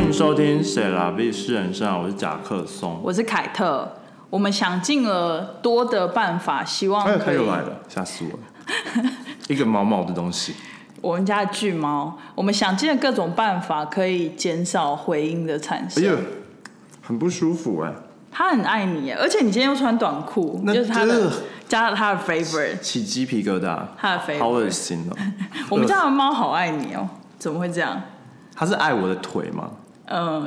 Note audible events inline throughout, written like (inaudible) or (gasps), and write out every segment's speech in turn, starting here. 迎收听《谁啦被诗人上》，我是甲克松，我是凯特。我们想尽了多的办法，希望哎，可他以。又来了，吓死我了！一个毛毛的东西，我们家的巨猫，我们想尽了各种办法，可以减少回音的产哎呦生。，很不舒服哎、它很爱你耶，而且你今天又穿短裤，那就是它的这加了它的 favorite。起鸡皮疙瘩，他的 favorite 好恶心哦！我们家的猫好爱你哦，怎么会这样？他是爱我的腿吗？呃，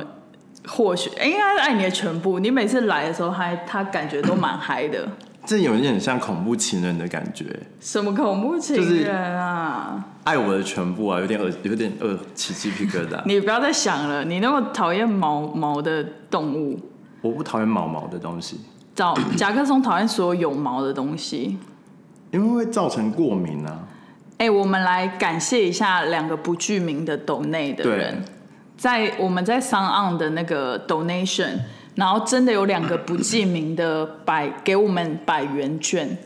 或许哎应该是爱你的全部。你每次来的时候，它它感觉都蛮嗨 (coughs) 的。这有一点像恐怖情人的感觉，什么恐怖情人啊！爱我的全部啊，有点恶，有点恶，起鸡皮疙 (laughs) 瘩。你不要再想了，你那么讨厌毛毛的动物，我不讨厌毛毛的东西，找甲克松讨厌所有有毛的东西。因为会造成过敏啊。哎、我们来感谢一下两个不具名的抖内的对人，在我们在上岸的那个 donation，然后真的有两个不记名的百给我们百元券，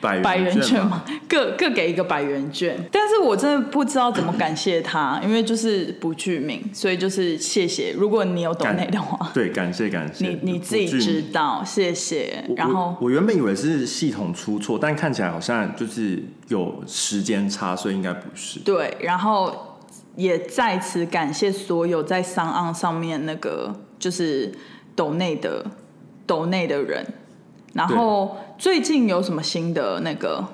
百百元券嘛吗？ (laughs) 各各给一个百元券，但是我真的不知道怎么感谢他，因为就是不具名，所以就是谢谢。如果你有抖感内的话，对，感谢感谢。你你自己不具知道，谢谢我。然后我我原本以为是系统出错，但看起来好像就是有时间差，所以应该不是。对，然后也再次感谢所有在商岸上面那个就是抖内的抖内的人。然后最近有什么新的那个？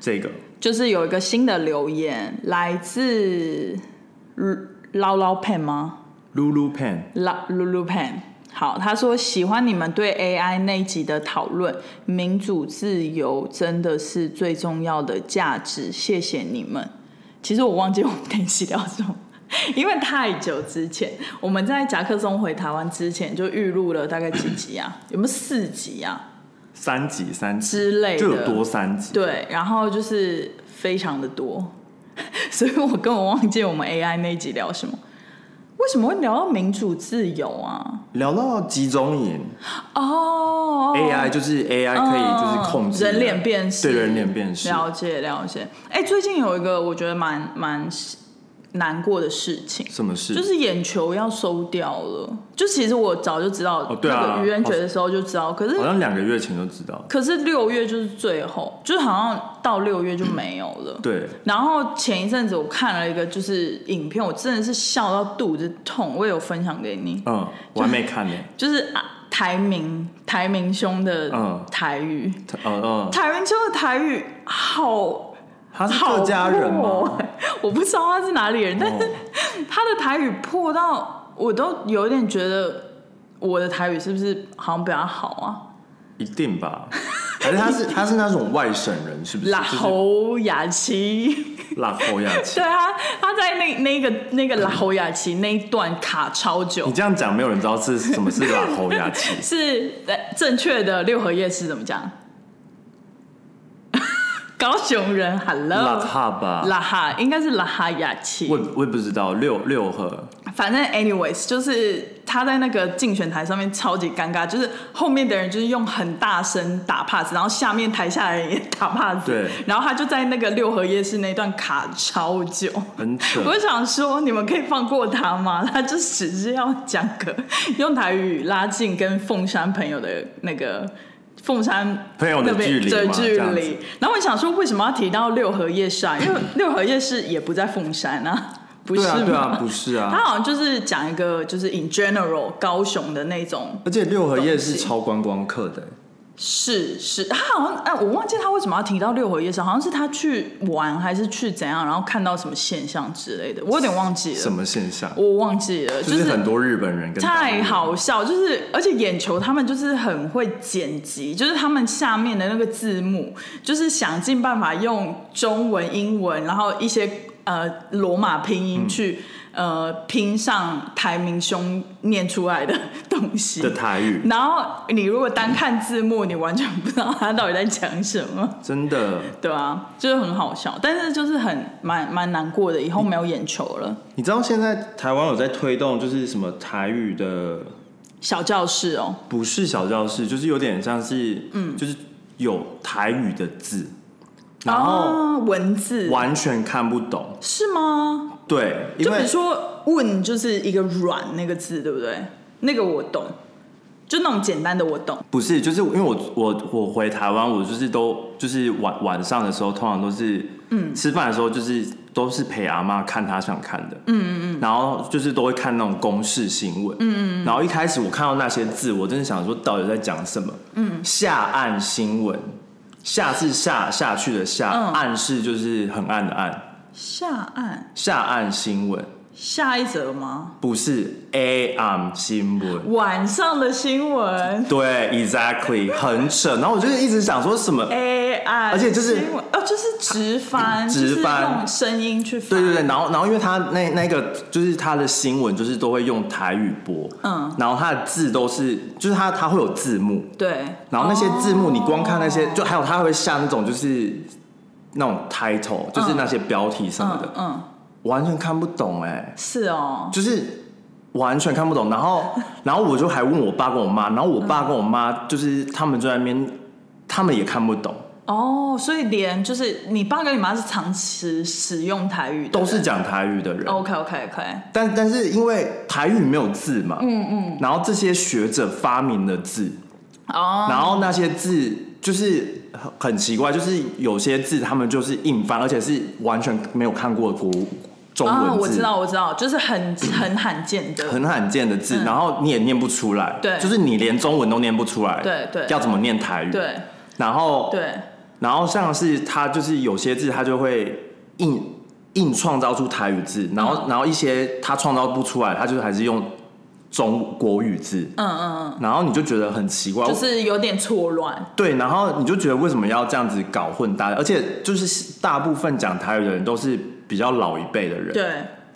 这个就是有一个新的留言，来自捞捞 pen 吗？ Lulu Pen， La Lulu Pan。好，他说喜欢你们对 AI 那一集的讨论，民主自由真的是最重要的价值，谢谢你们。其实我忘记我们那期聊什么， (laughs) 因为太久之前，我们在夹克松回台湾之前就预录了大概几集 (coughs) 啊？有没有四集啊三级三级之类的？就有多三级，对，然后就是非常的多， (laughs) 所以我根本忘记我们 AI 那一集聊什么。为什么会聊到民主自由啊？聊到集中营、哦 AI 就是 AI 可以就是控制、人脸辨识，对人脸辨识。了解了解。哎、最近有一个我觉得蛮蛮难过的事情，什么事？就是眼球要收掉了。就其实我早就知道，哦对啊那个愚人节的时候就知道，可是好像两个月前就知道。可是六月就是最后，就是好像到六月就没有了。对，然后前一阵子我看了一个就是影片，我真的是笑到肚子痛，我也有分享给你，嗯，我还没看呢、就是、啊、台明台明兄的嗯台语，他嗯嗯， (laughs) 台湾腔的台语好他是好客家人破 (laughs) 吗？哦欸我不知道他是哪里人，但是他的台语破到我都有点觉得我的台语是不是好像比较好啊？一定吧？还是他是他是那种外省人，是不是？ (laughs) 拉就是侯雅 (laughs) 琪，拉侯亚奇对。他他在那那个那个拉侯雅琪那一段卡超久。你，这样讲，没有人知道是什么是拉侯牙期 (laughs) 是呃正确的六合夜市怎么讲？ (laughs) 高雄人拉，Hello，哈吧，拉哈应该是拉哈雅琪，我我也不知道六六合，反正 anyways，就是他在那个竞选台上面超级尴尬，就是后面的人就是用很大声打 pass，然后下面台下的人也打 pass，对然后他就在那个六合夜市那段卡超久。很扯。我想说，你们可以放过他吗？ (laughs) 他就只是要讲个用台语拉近跟凤山朋友的那个凤山朋友的那边距离的嘛距这样离子。然后我想说，为什么要提到六合夜市啊？(laughs) 因为六合夜市也不在凤山啊，不是对吗？啊对啊，不是 (laughs) 他啊，好像就是讲一个就是 in general 高雄的那种而且六合夜东是西超观光客的、是是，他好像哎、我忘记他为什么要提到六合夜市，好像是他去玩还是去怎样，然后看到什么现象之类的，我有点忘记什了，么现象？我忘记了，就是是很多日本人跟大陆太人好笑，就是而且眼球他们就是很会剪辑，就是他们下面的那个字幕，就是想尽办法用中文、英文，然后一些呃罗马拼音去、嗯呃拼上台明兄念出来的东西的。台语，然后你如果单看字幕，你完全不知道他到底在讲什么，真的。对啊，就是很好笑，但是就是很蛮蛮难过的，以后没有眼球了。你知道现在台湾有在推动，就是什么台语的小教室哦，不是小教室，就是有点像是嗯，就是有台语的字，然后啊，文字完全看不懂。是吗？对，因就比为如说“问”就是一个“软”那个字，对不对？那个我懂，就那种简单的我懂。不是，就是因为我我我回台湾，我就是都就是晚晚上的时候，通常都是嗯吃饭的时候，就是都是陪阿妈看她想看的，嗯嗯嗯，然后就是都会看那种公式新闻，嗯嗯，然后一开始我看到那些字，我真的想说到底在讲什么，嗯，下岸新闻，下是下下去的下，嗯岸是就是很暗的暗，下岸下岸新闻下一则吗？不是 AM 新闻。晚上的新闻对，exactly，很扯。然后我就是一直想说什么， ，AI，而且就是新闻哦，就是直翻，直翻就是用声音去翻。对对对，然后然后因为他那那个就是他的新闻就是都会用台语播，嗯，然后他的字都是就是他他会有字幕，对然后那些字幕你光看那哦些，就还有他会下那种就是那种 title，就是那些标题什么的，嗯嗯，完全看不懂哎、是哦，就是完全看不懂。然后， (laughs) 然后我就还问我爸跟我妈，然后我爸跟我妈就是他们就在那边，他们也看不懂，哦，所以连就是你爸跟你妈是长期使用台语的，都是讲台语的人。 OK OK OK，但但是因为台语没有字嘛，嗯嗯，然后这些学者发明了字，哦，然后那些字就是很很奇怪，就是有些字他们就是硬翻，而且是完全没有看过的国中文字，啊，我知道我知道，就是很很罕见的，很罕见的字，然后你也念不出来，嗯对就是你连中文都念不出来，对对要怎么念台语？，对然后对，然后像是他就是有些字他就会硬硬创造出台语字，然后、然后一些他创造不出来，他就是还是用中国语字，嗯嗯嗯，然后你就觉得很奇怪，哦就是有点错乱，对，然后你就觉得为什么要这样子搞混搭，而且就是大部分讲台语的人都是比较老一辈的人，对，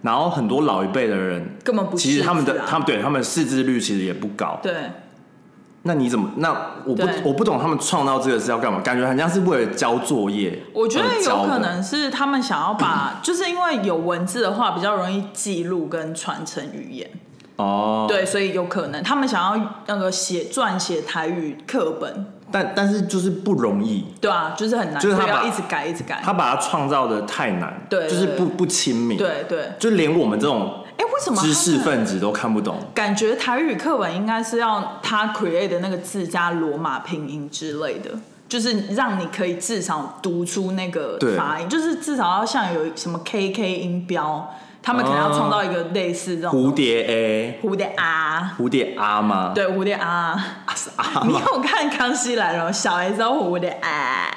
然后很多老一辈的人。根本不是其实他们的啊他们对他们识字率其实也不高，对那你怎么？那我不对我不懂他们创造这个是要干嘛？感觉很像是为了交作业。我觉得有可而教的。能是他们想要把，就是因为有文字的话比较容易记录跟传承语言，哦，。对，所以有可能他们想要那个写撰写台语课本，但但是就是不容易，对啊，就是很难，就是他所以要把一直改一直改，他把它创造的太难，对就是对不不亲民，，对对，就连我们这种哎，为什么他知们识分子都看不懂。感觉台语课本应该是要他 create 的那个字加罗马拼音之类的，就是让你可以至少读出那个对发音，就是至少要像有什么 KK 音标，他们可能要创造一个类似这种蝴蝶 A，蝴蝶啊，蝴蝶 R 吗？对蝴蝶啊，啊是 R 你吗？有看《康熙来了》小 S 要蝴蝶啊，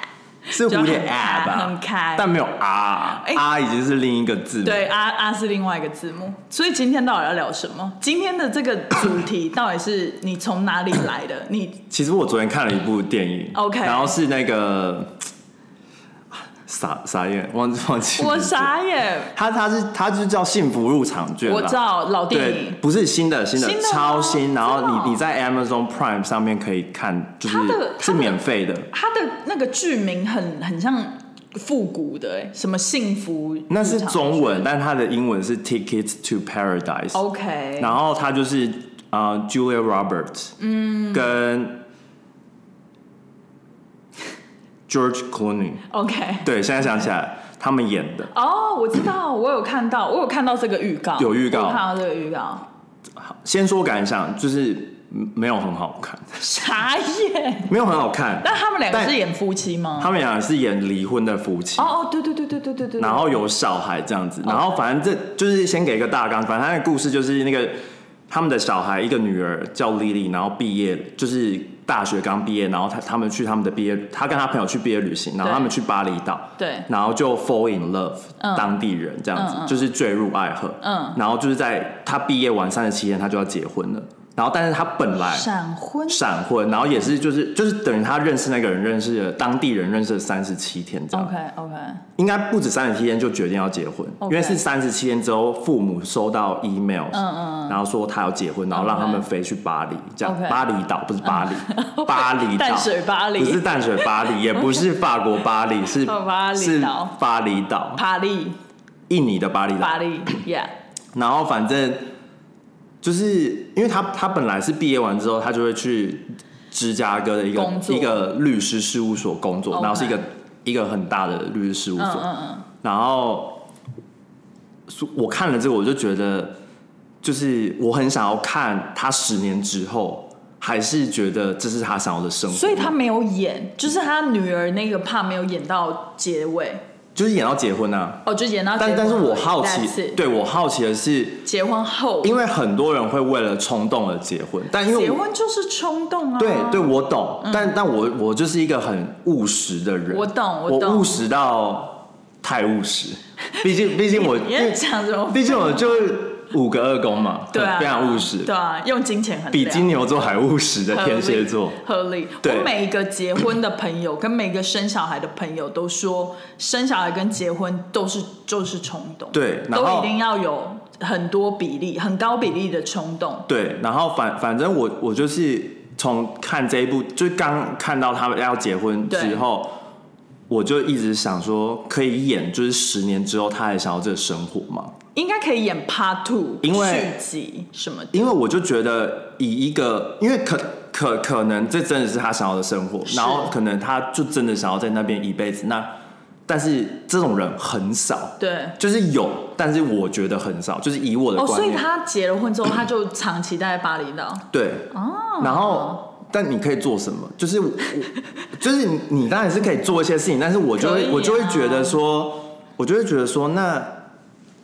是蝴蝶就很 A 吧？开很开但没有 R，R、哎 R 已经是另一个字母。对啊啊是另外一个字幕，所以今天到底要聊什么？今天的这个主题到底是你从哪里来的？你其实我昨天看了一部电影 OK 然后是那个傻傻眼，忘记忘记。我傻眼。他他是他就是叫幸福入场券啦，我知道老电对影，，不是新的新的新的吗超新，然真的哦后你你在 Amazon Prime 上面可以看，就是它的它是的免费的。它的那个剧名很很像复古的、欸，什么幸福那是日常中文，但它的英文是 Tickets to Paradise。 OK，然后它就是呃 Julia Roberts，嗯，跟 George Clooney， OK，对，现在想起来他们演的，哦，我知道，我有看到，我有看到这个预告，有预告我看到这个预告，先说感想，就是嗯没有很好看，傻眼。没有很好看。那他们两个但是演夫妻吗？他们俩是演离婚的夫妻哦。哦，对对对对对对对。然后有小孩这样子，嗯然后反正这就是先给一个大纲，反正他的故事就是那个他们的小孩，一个女儿叫莉莉，然后毕业就是大学刚毕业，然后他他们去他们的毕业，他跟他朋友去毕业旅行，然后他们去巴厘岛，对然后就 fall in love、当地人这样子，就是坠入爱河，嗯，然后就是在他毕业晚三十七天，他就要结婚了，然后但是他本来闪婚闪婚，然后也是就是就是等于他认识那个人认识了当地人认识了三十七天这样， ，OK OK，应该不止三十七天就决定要结婚 OK 嗯因为是三十七天之后，父母收到 email，然后说他要结婚，然后让他们飞去巴黎，这样 OK 嗯巴厘岛不是巴黎， (laughs) 巴厘岛淡水巴黎不是淡水巴黎，也不是法国巴黎，是哦巴厘是岛巴厘岛，巴黎印尼的巴厘岛。巴黎，Yeah，然后反正就是因为他他本来是毕业完之后，他就会去芝加哥的一个工作一个律师事务所工作， OK 然后是一个一个很大的律师事务嗯所，嗯嗯，然后所我看了这个，我就觉得，就是我很想要看他十年之后，还是觉得这是他想要的生活，所以他没有演，就是他女儿那个怕没有演到结尾，就是演到结婚啊。哦，就演到结但婚但是我而已好 that's 奇， it 对我好奇的是，结婚后，因为很多人会为了冲动而结婚，但因为结我婚就是冲动啊，对对，我懂，但但我我就是一个很务实的人，我懂我我懂务实到太务 (laughs) 实，毕竟毕竟我你在讲什么？毕竟我就五个二宫嘛，对啊，非常务实，对啊，用金钱衡量，比金牛座还务实的天蝎座，合理。合理对我每一个结婚的朋友跟每一个生小孩的朋友都说，生小孩跟结婚都是就是冲动，对然都后一定要有很多比例、很高比例的冲动。对。然后反反正我我就是从看这一部，就刚看到他们要结婚之后，我就一直想说，可以演就是十年之后他还想要这个生活吗？应该可以演 Part Two 因为续集什么的，因为我就觉得以一个，因为可可可能这真的是他想要的生活，是然后可能他就真的想要在那边一辈子。那但是这种人很少，对。就是有，但是我觉得很少，就是以我的哦，观所以念，他结了婚之后，他就长期待在巴厘岛。对，哦然后。但你可以做什么？就是我，我 (laughs) 就是你，你当然是可以做一些事情，但是我就可会，以啊我就会觉得说，我就会觉得说，那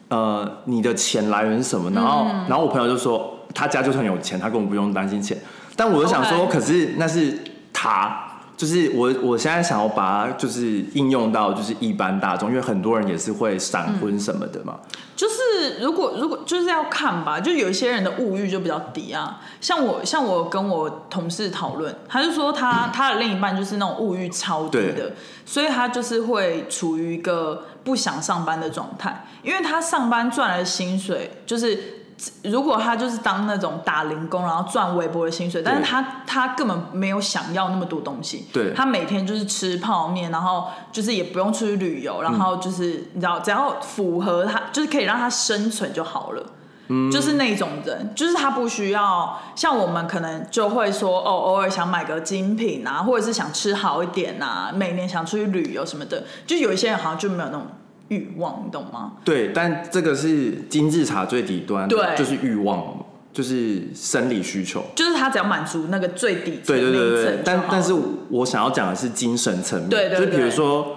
呃，你的钱来源是什嗯么？然后，然后我朋友就说，他家就算有钱，他根本不用担心钱。但我就想说 OK 可是那是他，就是我，我现在想要把它就是应用到就是一般大众，因为很多人也是会闪婚什么的嘛。就是如果如果就是要看吧，就有一些人的物欲就比较低啊。像我像我跟我同事讨论，他就说他、他的另一半就是那种物欲超低的对，所以他就是会处于一个不想上班的状态，因为他上班赚来的薪水就是。如果他就是当那种打零工，然后赚微薄的薪水，但是他他根本没有想要那么多东西，对他每天就是吃泡面，然后就是也不用出去旅游，然后就是、你知道，只要符合他，就是可以让他生存就好了。嗯就是那种人，就是他不需要像我们可能就会说哦，偶尔想买个精品啊，或者是想吃好一点啊，每年想出去旅游什么的，就有一些人好像就没有那种欲望，你懂吗？对，但这个是金字塔最底端，对就是欲望，就是生理需求。就是他只要满足那个最底层对对那对一层对就，但好但是了我想要讲的是精神层面，对对就比对如说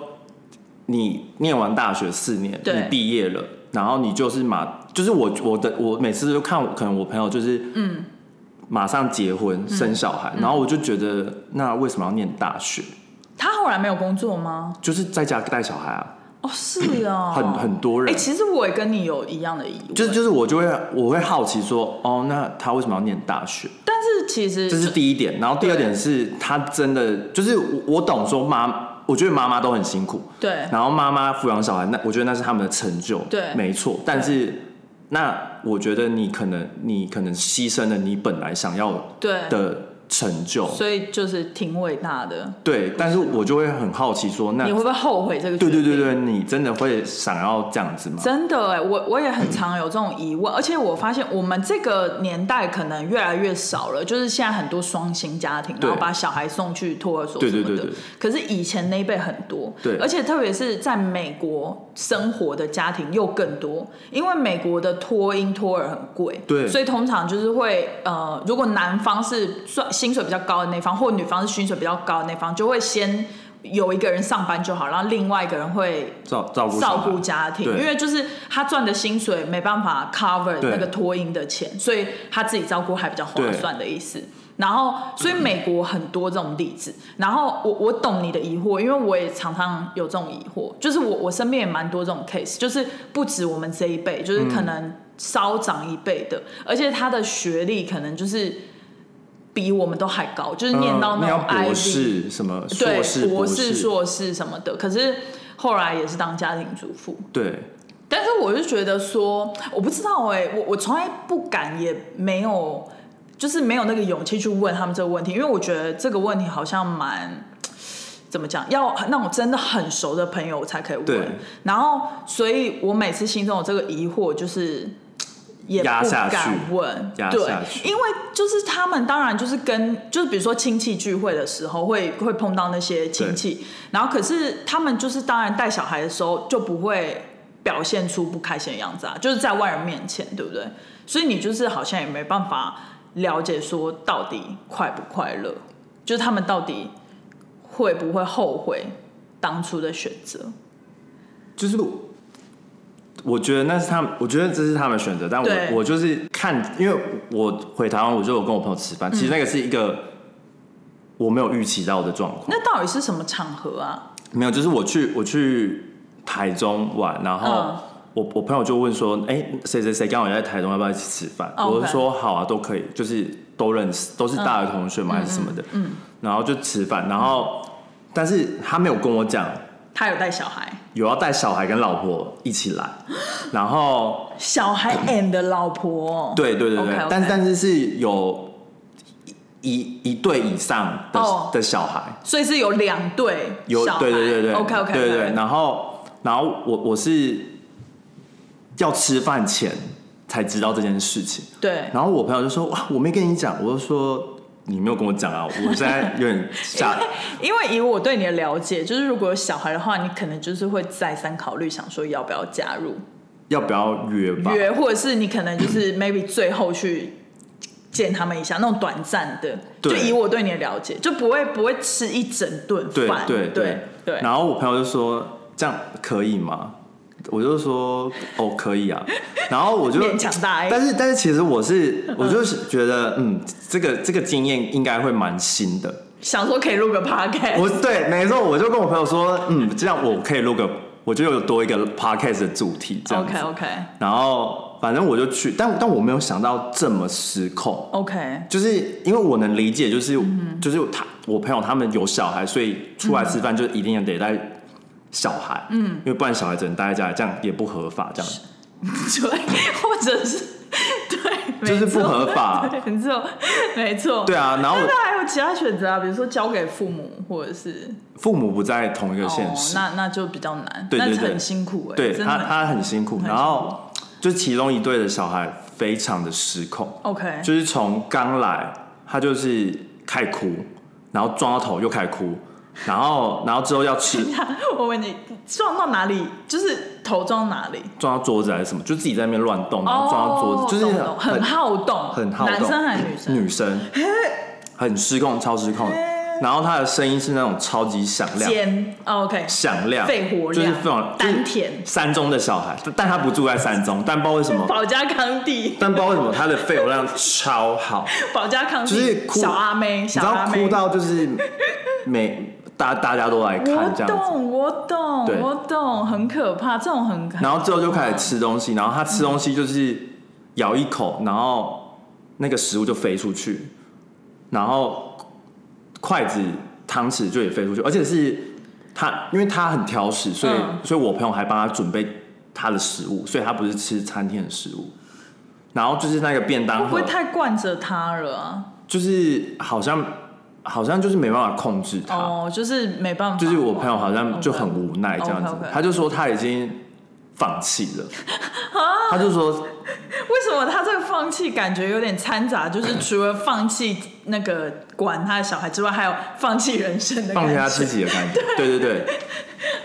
你念完大学四年，你对毕业了，然后你就是马，就是我我的我每次都看我，可能我朋友就是嗯，马上结婚生小孩，嗯然后我就觉得那为什么要念大学？他后来没有工作吗？就是在家带小孩啊，哦，是啊，很很多哎、人，其实我也跟你有一样的疑问，就是就是我就会我会好奇说，哦，那他为什么要念大学？但是其实这是第一点，然后第二点是他真的就是我我懂说妈，我觉得妈妈都很辛苦，对然后妈妈抚养小孩，那我觉得那是他们的成就，对没错。但是那我觉得你可能你可能牺牲了你本来想要对，的成就，所以就是挺伟大的。对。但是我就会很好奇说，那你会不会后悔这个决对定？对对对，你真的会想要这样子吗？真的哎、我我也很常有这种疑问，而且我发现我们这个年代可能越来越少了，就是现在很多双薪家庭，然后对把小孩送去托儿所什对么的。对对对可是以前那一辈很多，对而且特别是在美国生活的家庭又更多，因为美国的托婴托儿很贵，对所以通常就是会呃，如果男方是算薪水比较高的那方，或女方是薪水比较高的那方，就会先。有一个人上班就好，然后另外一个人会照照顾照小顾孩家庭，对因为就是他赚的薪水没办法 cover 对那个托婴的钱，所以他自己照顾还比较划算的意思。然后，所以美国很多这种例子。然后我我懂你的疑惑，因为我也常常有这种疑惑，就是我我身边也蛮多这种 case，就是不止我们这一辈，就是可能稍长一辈的，而且他的学历可能就是比我们都还高，就是念到嗯那种要 IV 博士什么对硕士博士硕士什么的，可是后来也是当家庭主妇。对但是我就觉得说，我不知道哎、我我从来不敢，也没有，就是没有那个勇气去问他们这个问题，因为我觉得这个问题好像蛮。怎么讲？要那种真的很熟的朋友我才可以问对。然后，所以我每次心中有这个疑惑，就是也不压下去敢问，压对下，去因为就是他们当然就是跟就是比如说亲戚聚会的时候会会碰到那些亲戚，然后可是他们就是当然带小孩的时候就不会表现出不开心的样子啊，就是在外人面前，对不对？所以你就是好像也没办法了解说到底快不快乐，就是他们到底会不会后悔当初的选择？就是我我觉得那是他们，我觉得这是他们选择，但我对我就是看，因为我回台湾，我就有跟我朋友吃饭，嗯其实那个是一个我没有预期到的状况。那到底是什么场合啊？没有，就是我去我去台中玩，然后嗯我、我朋友就问说，哎、谁谁谁刚好也在台中，要不要一起吃饭？哦我就 OK 嗯说好啊，都可以，就是都认识，都是大学同学嘛，还是什么的，嗯，然后就吃饭，然后、但是他没有跟我讲他有带小孩。有要带小孩跟老婆一起 (gasps) 来，然后小孩 and 的老婆，对对对对 OK，OK 但是但是是有一一对以上的、哦的小孩，所以是有两对有小孩，对对对对，OK OK，对对对，然后然后我我是要吃饭前才知道这件事情，对，然后我朋友就说哇我没跟你讲，我就说你没有跟我讲啊，我现在有点吓， (laughs) 因为以我对你的了解，就是如果有小孩的话，你可能就是会再三考虑，想说要不要加入要不要约吧？约，或者是你可能就是 (coughs) maybe 最后去见他们一下，那种短暂的。就对以我对你的了解，就不会不会吃一整顿对饭，对对对。然后我朋友就说这样可以吗？我就说哦可以啊，然后我就勉强大 A 但是但是其实我是我就是觉得嗯这个这个经验应该会蛮新的，想说可以录个 podcast，我对，没错，我就跟我朋友说，嗯，这样我可以录个，我就有多一个 podcast 的主题这样子。 OK OK 然后反正我就去，但但我没有想到这么失控， OK， (laughs) 就是因为我能理解，就是、嗯就是他我朋友他们有小孩，所以出来吃饭就一定得带小孩，嗯，因为不然小孩只能待在家里，这样也不合法，这样对，或者是对，就是没错不 (laughs) 合法对没错，没错，对啊。然后但他还有其他选择啊，比如说交给父母，或者是父母不在同一个哦县，市，那那就比较难，对对那对很辛苦哎、对真他的很他很辛苦，很然后就其中一对的小孩非常的失控， OK，就是从刚来，他就是开始哭，然后撞到头又开始哭，然后然后之后要吃我问你撞到哪里，就是头撞哪里，撞到桌子还是什么，就自己在那边乱动，然后撞到桌子，哦就是懂懂很很好动，很好动男生还是女生？女生很失控，超失控的。然后他的声音是那种超级响亮，尖、哦、，OK，响亮，肺活量就是非常就是丹田山中的小孩，但他不住在山中，但不知道为 (laughs) 什么，保加康帝，但不知道为什么他的肺活量超好。 (laughs) 保加康帝，就是哭小阿妹，你小知阿道妹哭，到就是每大大家都来我看这样子，懂，我对懂，我懂，很可怕，这种很，然后之后就开始吃东西，然后他吃东西就是咬一口，然后那个食物就飞出去，然后筷子、汤匙就也飞出去，而且是他，因为他很挑食，所以、嗯所以我朋友还帮他准备他的食物，所以他不是吃餐厅的食物。然后就是那个便会当不盒会，太惯着他了啊、就是好像好像就是没办法控制它，哦，就是没办法，就是我哦朋友好像就很无奈这样子 OK，OK，他就说他已经放弃 (laughs) 了，啊他就说为什么他这个放弃感觉有点掺杂，就是除了放弃那个管他的小孩之外，还有放弃人生的感放觉弃他自 (laughs) 己的感觉，对对对，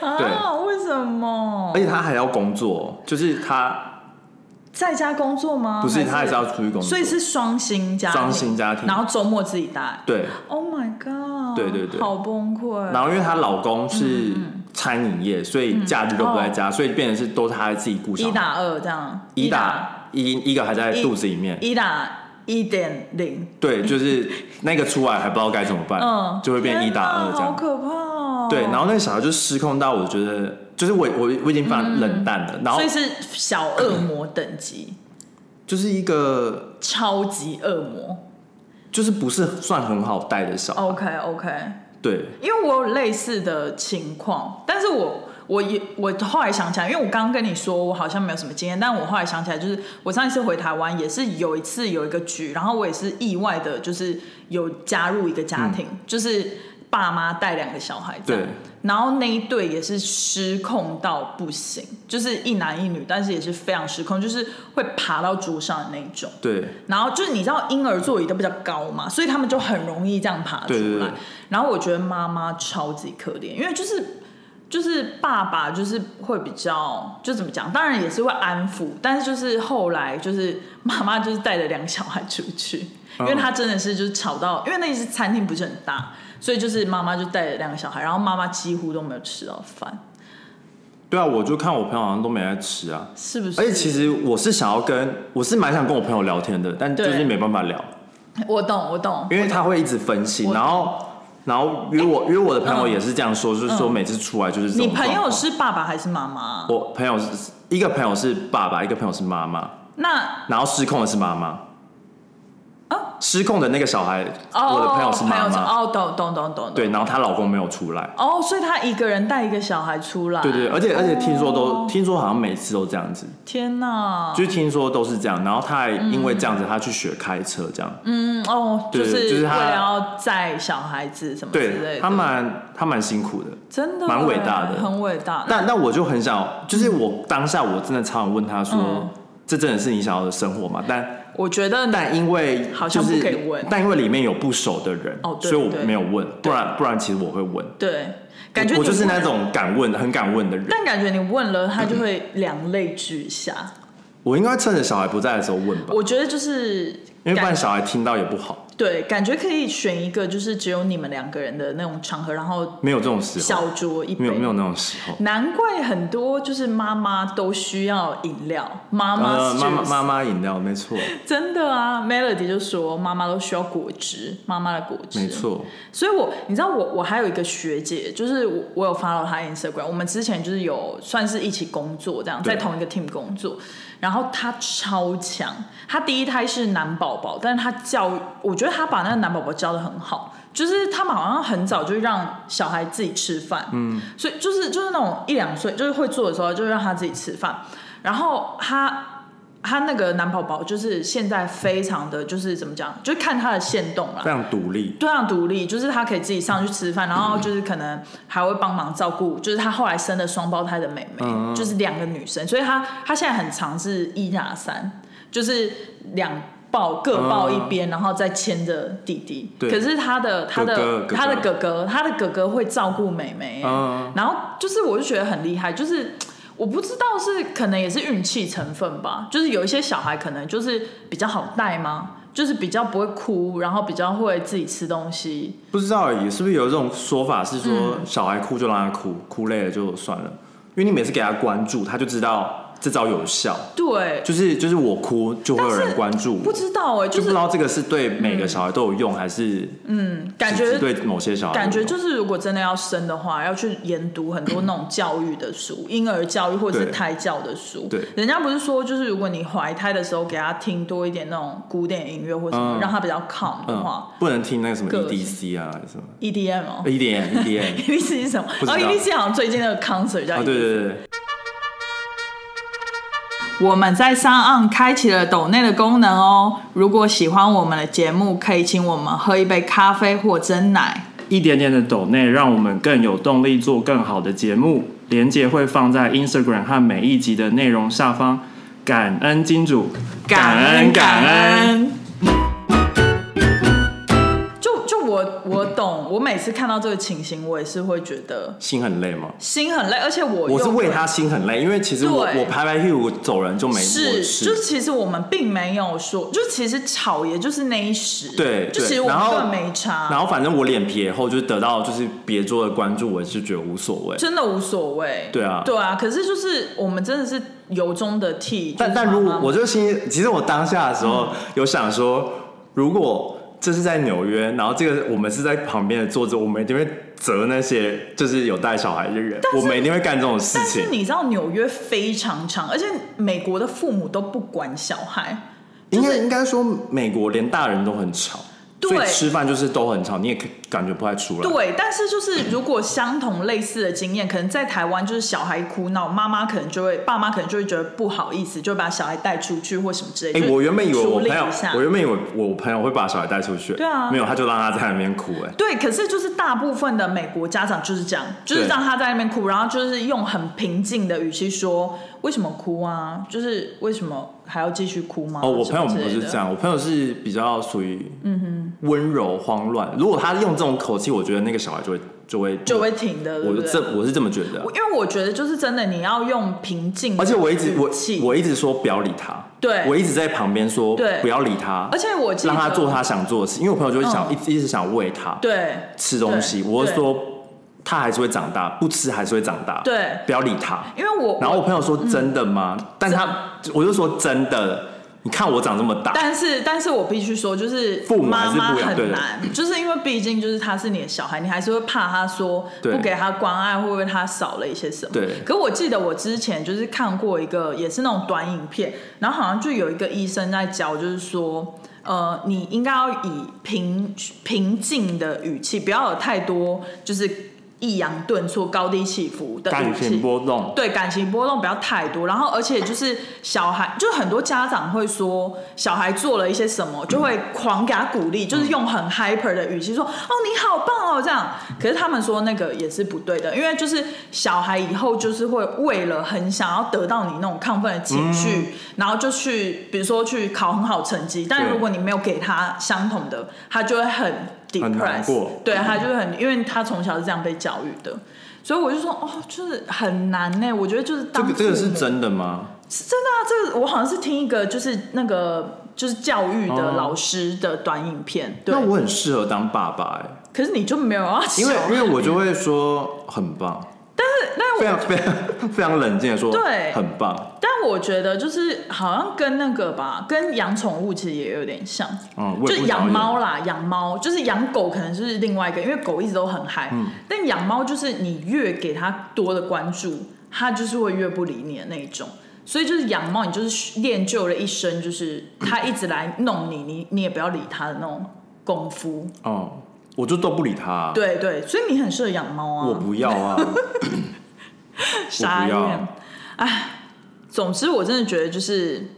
啊？对为什么而？且他还要工作，就是他在家工作吗？不是他还是是要出去工作，所以是双薪家庭，双薪家庭然后周末自己带。对， Oh my god！对对对好崩溃。然后因为她老公嗯是餐饮业，所以假日都不在家，所以变成是都是他自己顾小孩，一哦打二这样，一打一一个还在肚子里面，一打一点零，对，就是那个出来还不知道该怎么办，嗯，就会变一打二天这哪好样。可怕哦。对，然后那个小孩就失控到我觉得，就是我我我已经非嗯常冷淡了，然后所以是小恶魔等级，就是一个超级恶魔。就是不是算很好带的小孩， OK OK，对，因为我有类似的情况，但是我我也我后来想起来，因为我刚刚跟你说我好像没有什么经验，但我后来想起来，就是我上一次回台湾也是有一次有一个局，然后我也是意外的，就是有加入一个家庭，就是。爸妈带两个小孩这样对，然后那一对也是失控到不行，就是一男一女，但是也是非常失控，就是会爬到桌上的那一种。对然后就是你知道婴儿座椅都比较高嘛，所以他们就很容易这样爬出来。对对对然后我觉得妈妈超级可怜，因为就是就是爸爸就是会比较就怎么讲，当然也是会安抚，但是就是后来就是妈妈就是带着两个小孩出去，嗯因为她真的是就是吵到，因为那一次餐厅不是很大，所以就是妈妈就带着两个小孩，然后妈妈几乎都没有吃到饭，对啊，我就看我朋友好像都没在吃啊。是不是？而且其实我是想要跟，我是蛮想跟我朋友聊天的，但就对是没办法聊，我懂，我懂，因为他会一直分心，我然后然后约我约我的朋友嗯也是这样说，就是说嗯每次出来就是这你种朋友状况是爸爸还是妈妈？我朋友是一个朋友是爸爸，一个朋友是妈妈，那然后失控的是妈妈。失控的那个小孩，啊哦，我的朋友是妈朋友妈，哦，懂懂懂懂，懂对，。然后她老公没有出来，哦，所以她一个人带一个小孩出来。对对，对而且而且听说哦都听说好像每次都这样子，天哪，就是听说都是这样，然后她还因为这样子，她去学开车这样，嗯哦，对是就为是她了要载小孩子什么之类对，的，她蛮她蛮辛苦的，真的蛮伟欸大的很伟大。但但我就很想，就是我当下我真的常常问她嗯说，这真的是你想要的生活吗？但我觉得但因为好像就不是可以问但因为里面有不熟的人哦，对所以我对没有问，不然不然其实我会问，对，感觉我我你就是问那，种敢问很敢问的人。但感觉你问了，他就会两肋俱下。我应该趁着小孩不在的时候问吧，我觉得就是因为不感然小孩听到也不好。对，感觉可以选一个就是只有你们两个人的那种场合，然后没有这种时候，小酌一杯，没有没有那种时候。难怪很多就是妈妈都需要饮料，妈妈、呃，妈妈妈妈饮料，没错，真的啊，Melody 就说妈妈都需要果汁，妈妈的果汁，没。错，所以我你知道我我还有一个学姐，就是我我有 follow 她 Instagram，我们之前就是有算是一起工作这样，对在同一个 team 工作，然后她超强，她第一胎是男宝宝，但是她教，我觉得她把那个男宝宝教的很好。就是他们好像很早就让小孩自己吃饭，嗯，所以就是就是那种一两岁就是会做的时候，就让他自己吃饭。然后他他那个男宝宝就是现在非常的就是怎么讲，就是看他的线动啦非，常独立。非常啊独立，就是他可以自己上去吃饭，然后就是可能还会帮忙照顾，就是他后来生了双胞胎的妹妹，嗯就是两个女生，所以他他现在很常是一打三，就是两。抱各抱一边，然后再牵着弟弟。嗯对可是他的他的哥哥哥哥他的哥哥，他的哥哥会照顾妹妹、嗯然后就是我就觉得很厉害，就是我不知道是可能也是运气成分吧，就是有一些小孩可能就是比较好带吗？就是比较不会哭，然后比较会自己吃东西。不知道也是不是有一种说法是嗯说，小孩哭就让他哭，哭累了就算了，因为你每次给他关注，他就知道这招有效。对，就是就是我哭就会有但是人关注我，不知道哎、就不就知是嗯道这个是对每个小孩都有用，还是感只觉是对某些小孩有感觉用就是，如果真的要生的话，要去研读很多那种教育的书，婴儿教育或者是对胎教的书。对人家不是说，就是如果你怀胎的时候给他听多一点那种古典音乐或什么，嗯让他比较 calm 的嗯话、，不能听那个什么个 EDC 啊还是什么 EDM 哦。 EDM EDM。 (laughs) EDC 是什么？不知哦道，EDC 好像最近那个 concert 叫 EDC、啊，对对对，我们在上岸开启了抖内的功能哦。如果喜欢我们的节目，可以请我们喝一杯咖啡或蒸奶。一点点的抖内，让我们更有动力做更好的节目。连接会放在 Instagram 和每一集的内容下方。感恩金主，感恩。就就我我懂，我每次看到这个情形，我也是会觉得心很累吗？心很累，而且我我是又为他心很累，因为其实我对我拍拍屁股走人就没是，我就其实我们并没有说，就其实吵也就是那一时，对就对其实我们然后根本没差，然后反正我脸皮也厚，就是得到就是别桌的关注，我是觉得无所谓。真的无所谓，对啊对啊，可是就是我们真的是由衷的替，但就是但如妈嗯果妈我就心，其实我当下的时候有想说，如果这是在纽约，然后这个我们是在旁边的坐着，我们一定会责那些就是有带小孩的人，但是我们一定会干这种事但情是。你知道纽约非常长，而且美国的父母都不管小孩，就应该是应该说，美国连大人都很吵，对所以吃饭就是都很吵，你也可感觉不太出来。对，但是就是如果相同类似的经验，可能在台湾就是小孩哭闹，妈妈可能就会，爸妈可能就会觉得不好意思，就把小孩带出去或什么之类。哎、就是我原本以为我处理朋友一下，我原本以为我朋友会把小孩带出去，对啊没有，他就让他在那边哭、哎，对，可是就是大部分的美国家长就是这样，就是对让他在那边哭，然后就是用很平静的语气说：“为什么哭啊？就是为什么还要继续哭吗？”哦，我啊什朋友么不之类是的嗯这，样，我朋友是比较属于温柔慌乱。如果他用这种口气，我觉得那个小孩就会就会就会停的，对我不对？这我是这么觉得啊、我因为我觉得就是真的，你要用平静的而语气，且我一直我我一直说不要理他，对我一直在旁边说对不要理他而，且我记得让他做他想做的事，因为我朋友就会想、嗯一直一直想喂他对吃东西，对我会对说他还是会长大，不吃还是会长大，对嗯不要理他。因为我然后我朋友说真的吗？但他我就说真的，你看我长这么大，但是，但是我必须说，就是父母还妈是不一妈样对很的难，就是因为毕竟就是他是你的小孩，你还是会怕他说对不给他关爱，会不会他少了一些什么？对可我记得我之前就是看过一个也是那种短影片，然后好像就有一个医生在教，就是说。呃，你应该要以平平静的语气，不要有太多就是抑扬顿挫、高低起伏的语感气。情波动。对感情波动不要太多，然后而且就是小孩，就很多家长会说小孩做了一些什么，就会狂给他鼓嗯励，就是用很 hyper 的语气说哦你好棒哦这样。可是他们说那个也是不对的，因为就是小孩以后就是会为了很想要得到你那种亢奋的情绪，然后就去比如说去考很好成绩，嗯但对如果你没有给他相同的，他就会很很难 depressed，过对他就是很，因为他从小是这样被教育的，所以我就说哦，就是很难呢。我觉得就是这当个这个父是母真的吗？是真的啊，这个我好像是听一个就是那个就是教育的哦老师的短影片，对那，我很适合当爸爸哎、可是你就没有要因为小孩因为我就会说很棒，但非我常非常 (laughs) 非常冷静的说，对很棒。但我觉得就是好像跟那个吧，跟养宠物其实也有点像，嗯我也不想就要养猫啦，养猫就是养狗可能就是另外一个，因为狗一直都很嗨，嗯但养猫就是你越给它多的关注，它就是会越不理你的那一种。所以就是养猫，你就是练就了一身，就是它一直来弄你，你你也不要理它的那种功夫。哦、我就都不理他、对对，所以你很适合养猫啊。我不要 (laughs) 啊， (laughs) 我傻不眼要。哎，总之我真的觉得就是，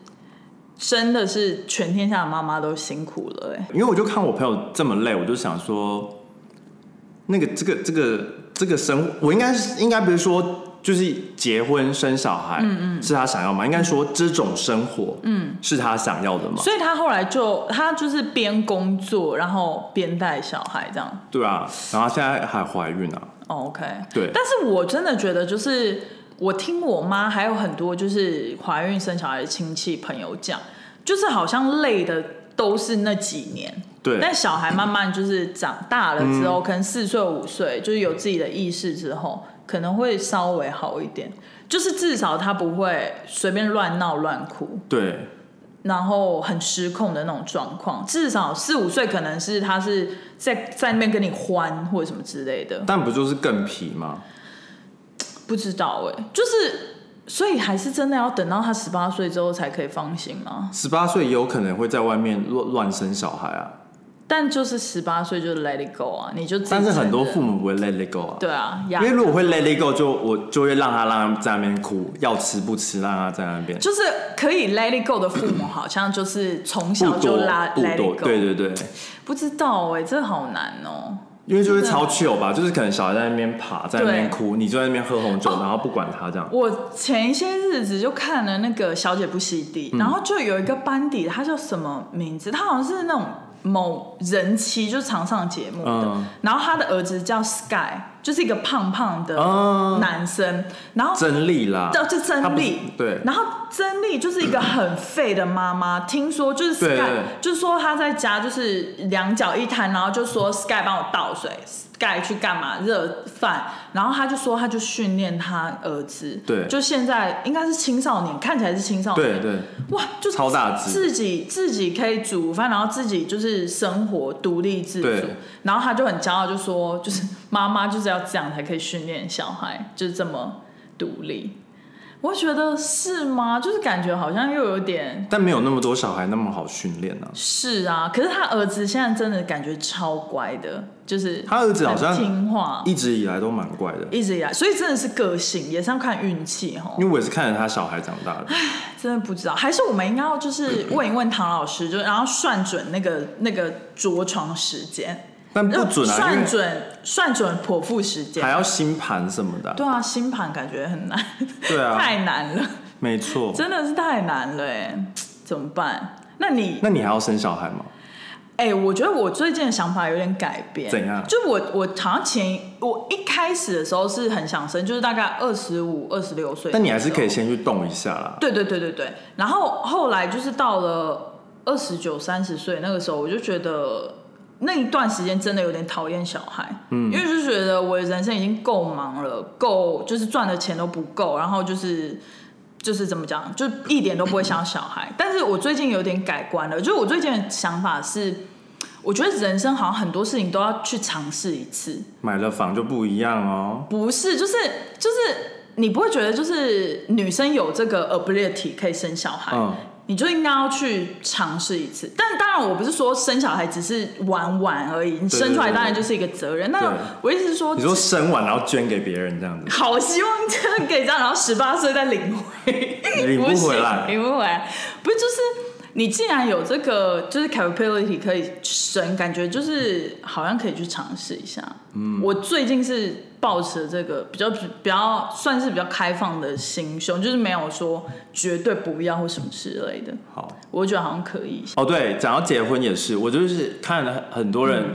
真的是全天下的妈妈都辛苦了、哎，因为我就看我朋友这么累，我就想说，那个这个这个这个生活，我应该是应该不是说就是结婚生小孩，嗯嗯，是他想要吗？应该说这种生活，嗯，是他想要的吗？所以她后来就她就是边工作，然后边带小孩这样。对啊，然后现在还怀孕啊，哦 OK，对但是我真的觉得就是，我听我妈还有很多就是怀孕生小孩的亲戚朋友讲，就是好像累的都是那几年。对嗯但小孩慢慢就是长大了之后，可能四岁五岁，就是有自己的意识之后，可能会稍微好一点。就是至少他不会随便乱闹乱哭，对，然后很失控的那种状况。至少四五岁可能是他是在在那边跟你欢或者什么之类的。但不就是更皮吗？不知道哎、就是所以还是真的要等到他十八岁之后才可以放心吗？十八岁也有可能会在外面乱乱生小孩啊，但就是十八岁就 let it go 啊，你就自己但是很多承认父母不会 let it go 啊，对啊，因呀为，如果会 let it go，就我就会让他让他在那边哭，要吃不吃，让他在那边。就是可以 let it go 的父母，好像就是从不小就多拉不 let it 多， go，对对对，不知道哎、这好难哦、因为就是超 chill 吧，就是可能小孩在那边爬，在那边哭，你就在那边喝红酒，然后不管他这样。我前一些日子就看了那个《小姐不洗地》，嗯然后就有一个班底，她叫什么名字？她好像是那种某人妻，就是常上节目的。嗯然后她的儿子叫 Sky，就是一个胖胖的哦男生。然后真理啦，对，就啊他真不是丽，对然后真丽就是一个很废的妈妈，听说就是 Sky，对对对就是说她在家就是两脚一摊，然后就说 Sky 帮我倒水，Sky 去干嘛热饭，然后她就说她就训练她儿子，对就现在应该是青少年，看起来是青少对年，对，哇，就是超大只自己自己可以煮饭，然后自己就是生活独立自主对，然后他就很骄傲，就说就是妈妈就是要这样才可以训练小孩，就是这么独立。我觉得是吗？就是感觉好像又有点但没有那么多小孩那么好训练啊。是啊，可是他儿子现在真的感觉超乖的，就是他儿子好像很听话，一直以来都蛮怪的，一直以来，所以真的是个性，也是要看运气哈。因为我也是看着他小孩长大 (laughs) 的。真的不知道，还是我们应该要就是问一问唐老师，就然后算准那个那个着床时间，但不准啊，因算为准算准剖腹时间还。要星盘什么的啊、对啊，星盘感觉很难，对啊 (laughs) 太难了，没错。真的是太难了哎，怎么办？那你那你还要生小孩吗？哎、我觉得我最近的想法有点改变。怎样就我我好像前一我一开始的时候是很想生，就是大概二十五、二十六岁。但你还是可以。先去动一下啦。对对对对对。然后后来就是到了二十九、三十岁那个时候，我就觉得那一段时间真的有点讨厌小孩，嗯，因为就觉得我的人生已经够忙了，够就是赚的钱都不够，然后就是。就是怎么讲，就一点都不会想要小孩。但是我最近有点改观了，就是我最近的想法是，我觉得人生好像很多事情都要去尝试一次，买了房就不一样哦。不是，就是就是，你不会觉得就是女生有这个 ability 可以生小孩，嗯你就应该要去尝试一次。但当然，我不是说生小孩只是玩玩而已，你生出对来对对当然就是一个责任。对那我意思是说，你说生完然后捐给别人这样子， (laughs) 好希望真的可以这样，然后十八岁再领回，领不回来行 (laughs) 领不回来，不是就是。你既然有这个就是 capability 可以生，感觉就是好像可以去尝试一下。嗯，我最近是抱持这个比较比较算是比较开放的心胸，就是没有说绝对不要或什么之类的。好。我觉得好像可以。哦，对，讲到结婚也是，我就是看了很多人，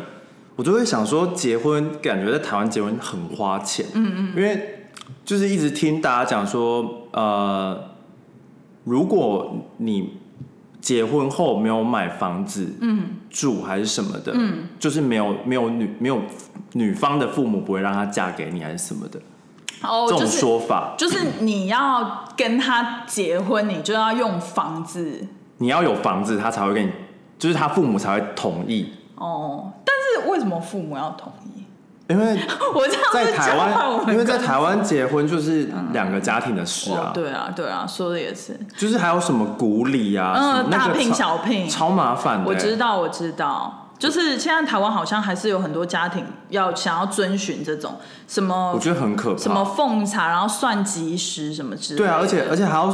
我就会想说，结婚感觉在台湾结婚很花钱，嗯嗯，因为就是一直听大家讲说，呃，如果你结婚后没有买房子，嗯，住还是什么的，嗯，就是没有没有女没有女方的父母不会让她嫁给你还是什么的、哦，这就种是说法，就是你要跟他结婚，你就要用房子你要有房子，他才会给你，就是他父母才会同意，哦，但是为什么父母要同意？ (laughs) 因为。我这样 (laughs) 在子台哦我湾，们因为在台湾结婚就是两个家庭的事哦啊，，对啊，对啊，说的也是，就是还有什么古礼啊，什么嗯，那个大聘超小聘，超麻烦的欸、我知道，我知道，就是现在台湾好像还是有很多家庭要想要遵循这种什么我觉得很可怕，什么奉茶，然后算吉时什么之类的。对啊，而且而且还要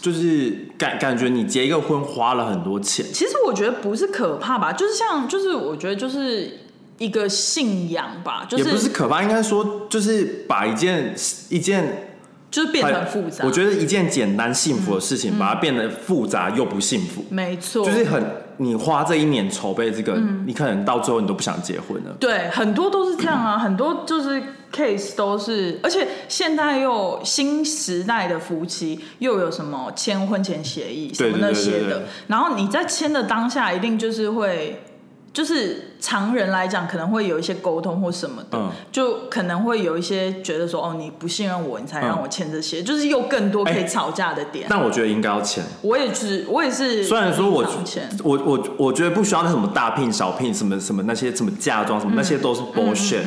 就是感感觉你结一个婚花了很多钱，其实我觉得不是可怕吧，就是像就是我觉得就是一个信仰吧，就也不是可怕，应该说就是把一件一件就是变得很复杂。嗯我觉得一件简单幸福的事情，把它变得复杂又不幸福，没错，就是很你花这一年筹备这个，嗯你可能到最后你都不想结婚了。对，很多都是这样啊， (clears throat) 很多就是 case 都是，而且现在又新时代的夫妻又有什么签婚前协议什对么那对对些对的对，然后你在签的当下，一定就是会，就是常人来讲可能会有一些沟通或什么的，嗯就可能会有一些觉得说，哦，你不信任我，你才让嗯我签这些，就是又更多可以哎吵架的点。但我觉得应该要签，我也是，我也是，虽然说我签。我我我觉得不需要那什么大聘小聘什么什么那些什么嫁妆什嗯么、那些都是 bullshit，、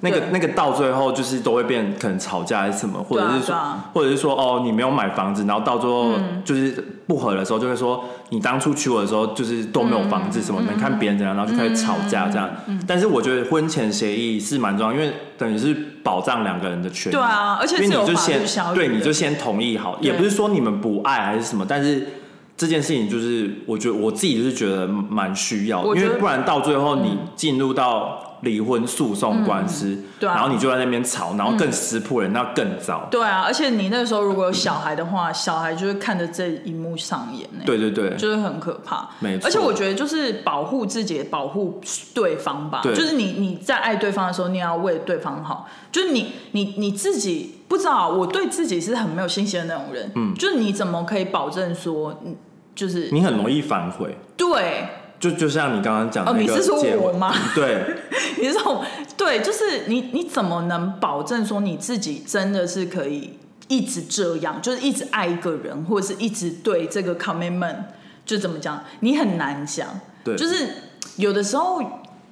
那个对那个到最后就是都会变可能吵架还是什么，或者是对说、啊嗯或者是说哦你没有买房子，然后到最后就是不合的时候就会说你当初娶我的时候就是都没有房子什嗯么，你看别人怎样，然后就开始吵架这样。但是我觉得婚前协议是蛮重要，因为等于是保障两个人的权益。对啊而且是因为有你就法律先效力对的你就先同意好，对也不是说你们不爱还是什么，但是这件事情就是，我觉得我自己就是觉得蛮需要的，我因觉得嗯为不然到最后你进入到离婚诉讼官司，对啊然后你就在那边吵，然后更撕破人，那更糟。对啊，而且你那个时候如果有小孩的话，小孩就会看着这一幕上演、欸。对对对，就是很可怕。没错而且我觉得就是保护自己，保护对方吧。对就是你你在爱对方的时候，你也要为对方好。就是你你你自己不知道，我对自己是很没有信心的那种人。嗯，就是你怎么可以保证说，嗯就是你很容易反悔，对，就就像你刚刚讲的哦那你个是说结我婚吗对， (laughs) 你这种对，就是你你怎么能保证说你自己真的是可以一直这样，就是一直爱一个人，或者是一直对这个 commitment 就怎么讲，你很难讲。对就是有的时候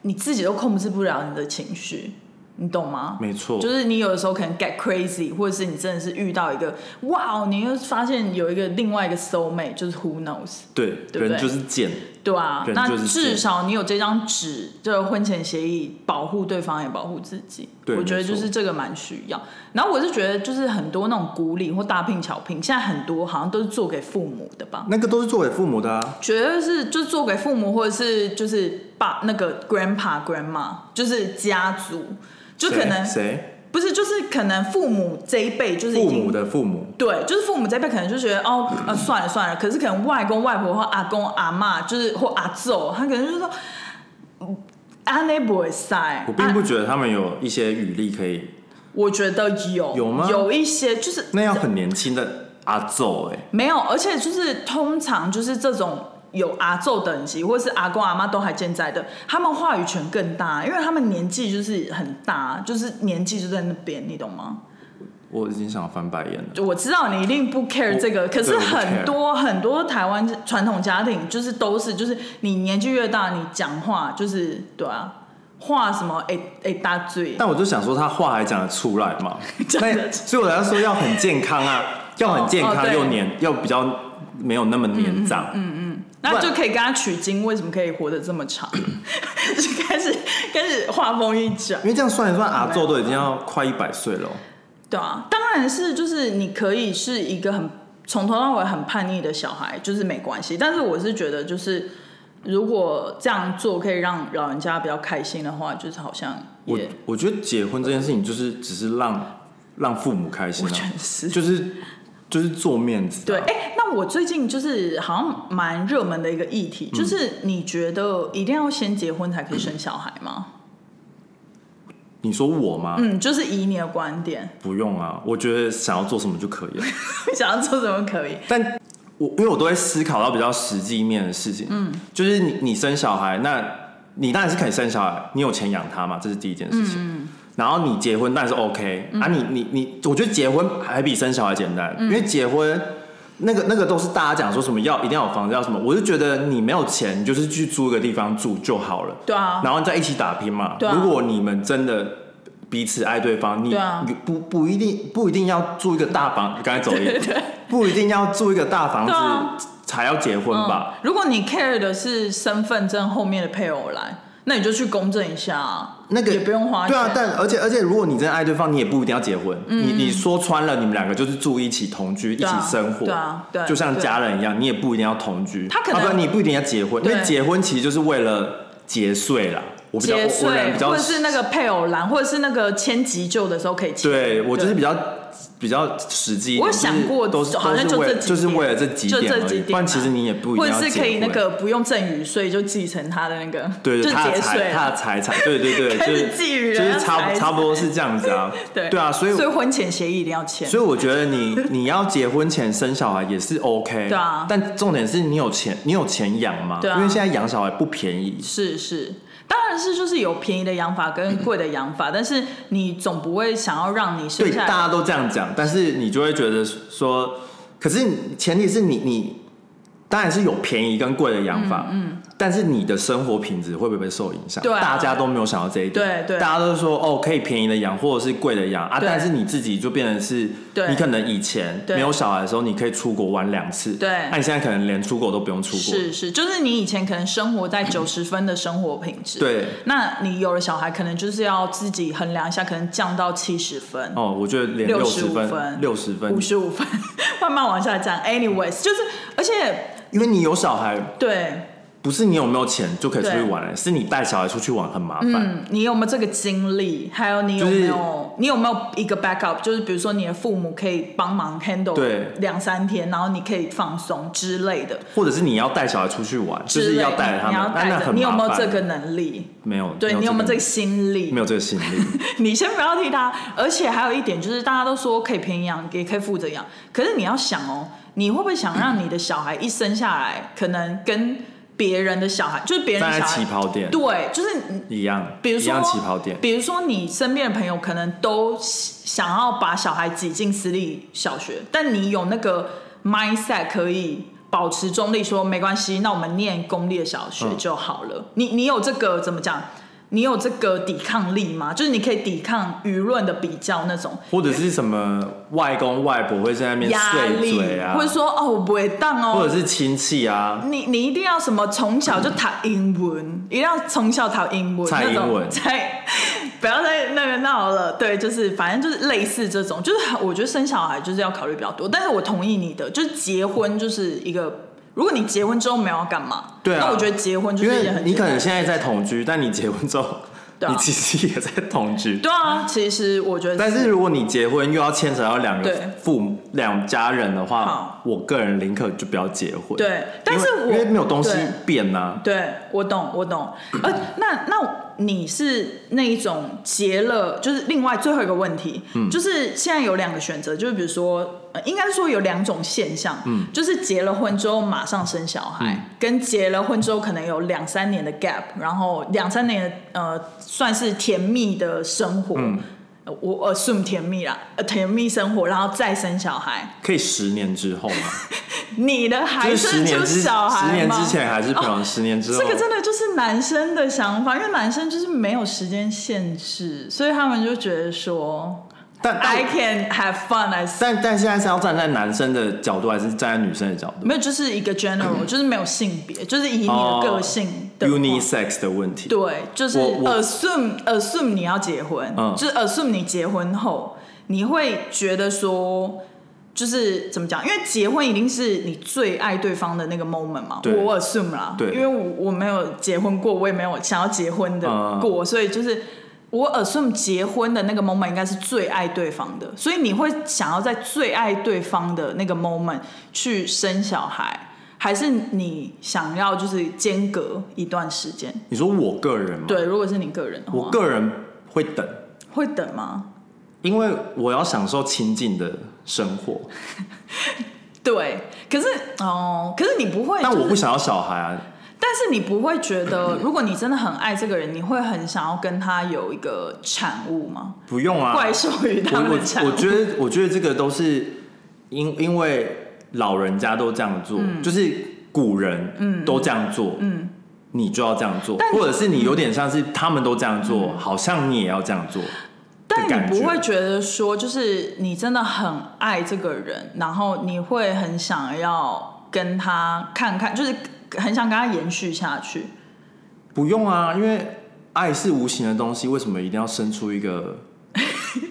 你自己都控制不了你的情绪，你懂吗？没错，就是你有的时候可能 get crazy，或者是你真的是遇到一个哇哦，你又发现有一个另外一个 soul mate，就是 who knows，对，对不对人就是贱，对啊，人那就是至贱少你有这张纸，这个婚前协议保护对方也保护自己，对我觉得没错就是这个蛮需要。然后我是觉得就是很多那种鼓励或大聘小聘，现在很多好像都是做给父母的吧，那个都是作为父母的啊。觉得是就做给父母或者是就是爸那个 grandpa grandma，就是家族，就可能谁不是就是可能父母这一辈就是谁已父经母的父母，对，就是父母这一辈可能就觉得哦，呃，算了算了。可是可能外公外婆或阿公阿嬷，就是或阿祖，他可能就是说，阿内不会塞。我并啊不觉得他们有一些语力可以，我觉得有有吗有一些就是那要很年轻的阿奏哎，没有，而且就是通常就是这种有阿宙等级或是阿公阿妈都还健在的，他们话语权更大，因为他们年纪就是很大，就是年纪就在那边，你懂吗？我已经想翻白眼了。我知道你一定不 care 我这个，可是对我不很多很多台湾传统家庭就是都是，就是你年纪越大，你讲话就是对啊，话什么诶诶大嘴，但我就想说，他话还讲得出来嘛？ (laughs) 讲得出来那所以我才说要很健康啊，要很健哦哦康对嗯又年，要比较没有那么年长。那就可以跟他取经，为什么可以活得这 (clears throat) 么长？就开始开始话锋一转，因为这样算一算，阿宙都已经要快一百岁了哦。对啊，当然是就是你可以是一个很从头到尾很叛逆的小孩，就是没关系。但是我是觉得，就是如果这样做可以让老人家比较开心的话，就是好像我也我觉得结婚这件事情就是只是让让父母开心我觉啊得，是就是就是做面子的对。啊、哎、那我最近就是好像蛮热门的一个议题，嗯就是你觉得一定要先结婚才可以生小孩吗？你说我吗？嗯，就是以你的观点， (laughs) 不用啊，我觉得想要做什么就可以了。想要做什么可以。但我因为我都会思考到比较实际面的事情，嗯，就是你你生小孩，那你当然是可以生小孩，你有钱养他嘛，这是第一件事情。然后你结婚当然是 OK、啊你，你你我觉得结婚还比生小孩简单，因为结婚那个那个都是大家讲说什么要一定要有房子要什么，我就觉得你没有钱，你就是去租一个地方住就好了。对啊，然后再一起打拼嘛。对啊如果你们真的彼此爱对方，你、对啊你不不一定不一定要住一个大房，刚才走音，不一定要住一个大房对啊子才要结婚吧？嗯，如果你 care 的是身份证后面的配偶栏，那你就去公证一下、啊，那个也不用花钱。嗯对啊，但而且而且，如果你真的爱对方，你也不一定要结婚。你你说穿了，你们两个就是住一起同居，一对啊起生活，对啊对啊就像家人一样，你也不一定要同居。他可能啊不，你不一定要结婚，因对为结婚其实就是为了节税啦。我比较节我我人税，比或较者是那个配偶栏，或者是那个签急救的时候可以签。对我就是比较比较实际一点，我有想过，就是都是好像都是就为这了几就是点为了这几就点这而已，几啊不然其实你也不一或定者要是可以结那婚个不用赠与税就继承他的那个，对就对，他的节财税他啊，的财产，对对对， (laughs) 开就始是觊觎就人是家差财不差不多是这样子啊， (laughs) 对对啊，所以所以婚前协议一定要签所。以我觉得你你要结婚前生小孩也是 OK，对啊但重点是你有钱，你有钱养吗？对啊因为现在养小孩不便宜，是是，当然是就是有便宜的养法跟贵的养法，但是你总不会想要让你生嗯对，下大来家都这样讲，但是你就会觉得说，可是前提是你你当然是有便宜跟贵的养法，嗯，但是你的生活品质会不会被受影响？对啊大家都没有想到这一点，对对大家都是说哦，可以便宜的养或者是贵的养啊，对但是你自己就变成是，对你可能以前对没有小孩的时候，你可以出国玩两次，对那你现在可能连出国都不用出国，是是，就是你以前可能生活在九十分的生活品质，对，那你有了小孩，可能就是要自己衡量一下，可能降到七十分。哦，我觉得连六十分、六十分五，十五分，慢慢往下降。Anyways，就是而且因为你有小孩，对，不是你有没有钱就可以出去对玩欸了，是你带小孩出去玩很麻烦，嗯，你有没有这个经历？还有你有没有、你有没有一个 backup？就是比如说你的父母可以帮忙 handle 对两三天，然后你可以放松之类的，或者是你要带小孩出去玩，就之类是的要带着他你们，要那带那着，很你有没有麻这烦个能力？没有？对你有没有这个能心力？没有这个心 (laughs) 力？你先不要替他，而且还有一点就是，大家都说可以便宜养，也可以负责养。可是你要想哦，你会不会想让你的小孩一生下来，可能跟别人的小孩，就是别人的站小在孩起，跑点对，就是你一样，比如一说样起跑点，比如说你身边的朋友可能都想要把小孩挤进私立小学，但你有那个 mindset 可以保持中立说，没关系，那我们念公立的小学就好了。你你有这个怎么讲？你有这个抵抗力吗？就是你可以抵抗舆论的比较那种或者是什么外公外婆会在那边压碎力，嘴啊或，者说哦我不会当哦，或者是亲戚啊，你你一定要什么从小就讨英文，一定要从小讨英文蔡那英种文，才不要再那个闹了。对，就是反正就是类似这种，就是我觉得生小孩就是要考虑比较多。但是我同意你的，就是结婚就是一个，如果你结婚之后没有要干嘛，对啊那我觉得结婚就因是一件为很你可简单能的现在在同居，但你结婚之后，对啊你其实也在同居。对啊，其实我觉得，但是如果你结婚又要牵扯到两个对父母、两家人的话好，我个人宁可就不要结婚。因为，对，但是我因为没有东西对变呐、对，我懂，我懂。呃，那那你是那一种结了，就是另外最后一个问题，嗯就是现在有两个选择，就是比如说，呃、应该是说有两种现象，嗯，就是结了婚之后马上生小孩，嗯跟结了婚之后可能有两三年的 gap，然后两三年的呃算是甜蜜的生活，嗯呃我 assume 甜蜜啦，呃甜蜜生活，然后再生小孩，可以十年之后嘛，你的 (laughs) 还就是十生年出之小孩十年吗哦之前还是朋友，十年之后这个真的就是男生的想法，因为男生就是没有时间限制，所以他们就觉得说但，I 但 can have fun as 但但现在是要站在男生的角度，还是站在女生的角度没有，就是一个 general，就是没有性别，就是以你的个性的话哦？Unisex 的问题，对，就是我我 assume assume 你要结婚，嗯就是 assume 你结婚后，你会觉得说，就是怎么讲？因为结婚一定是你最爱对方的那个 moment 嘛。对我 assume 啦，对因为我我没有结婚过，我也没有想要结婚的嗯过，所以就是。我 assume 结婚的那个 moment 应该是最爱对方的，所以你会想要在最爱对方的那个 moment 去生小孩，还是你想要就是间隔一段时间？你说我个人嘛，对，如果是你个人的话，我个人会等，会等吗？因为我要享受亲近的生活，哎对，可是哦，可是你不会、但我嗯就不是，想要小孩啊。但是你不会觉得，如果你真的很爱这个人，你会很想要跟他有一个产物吗？不用啊，怪兽与 (laughs) 他我们的产我物，我觉得，我觉得这个都是因因为老人家都这样做，嗯就是古人都这样做，嗯，你就要这样做，但你嗯或者是你有点像是他们都这样做，好像你也要这样做。但感你不觉会觉得说，就是你真的很爱这个人，然后你会很想要跟他看看，就是很想跟他延续下去。不用啊，因为爱是无形的东西，为什么一定要生出一 (laughs) 个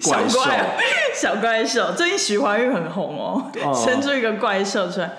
怪兽小？怪小怪兽，最近徐怀钰很红哦，哦生出一个怪兽出来。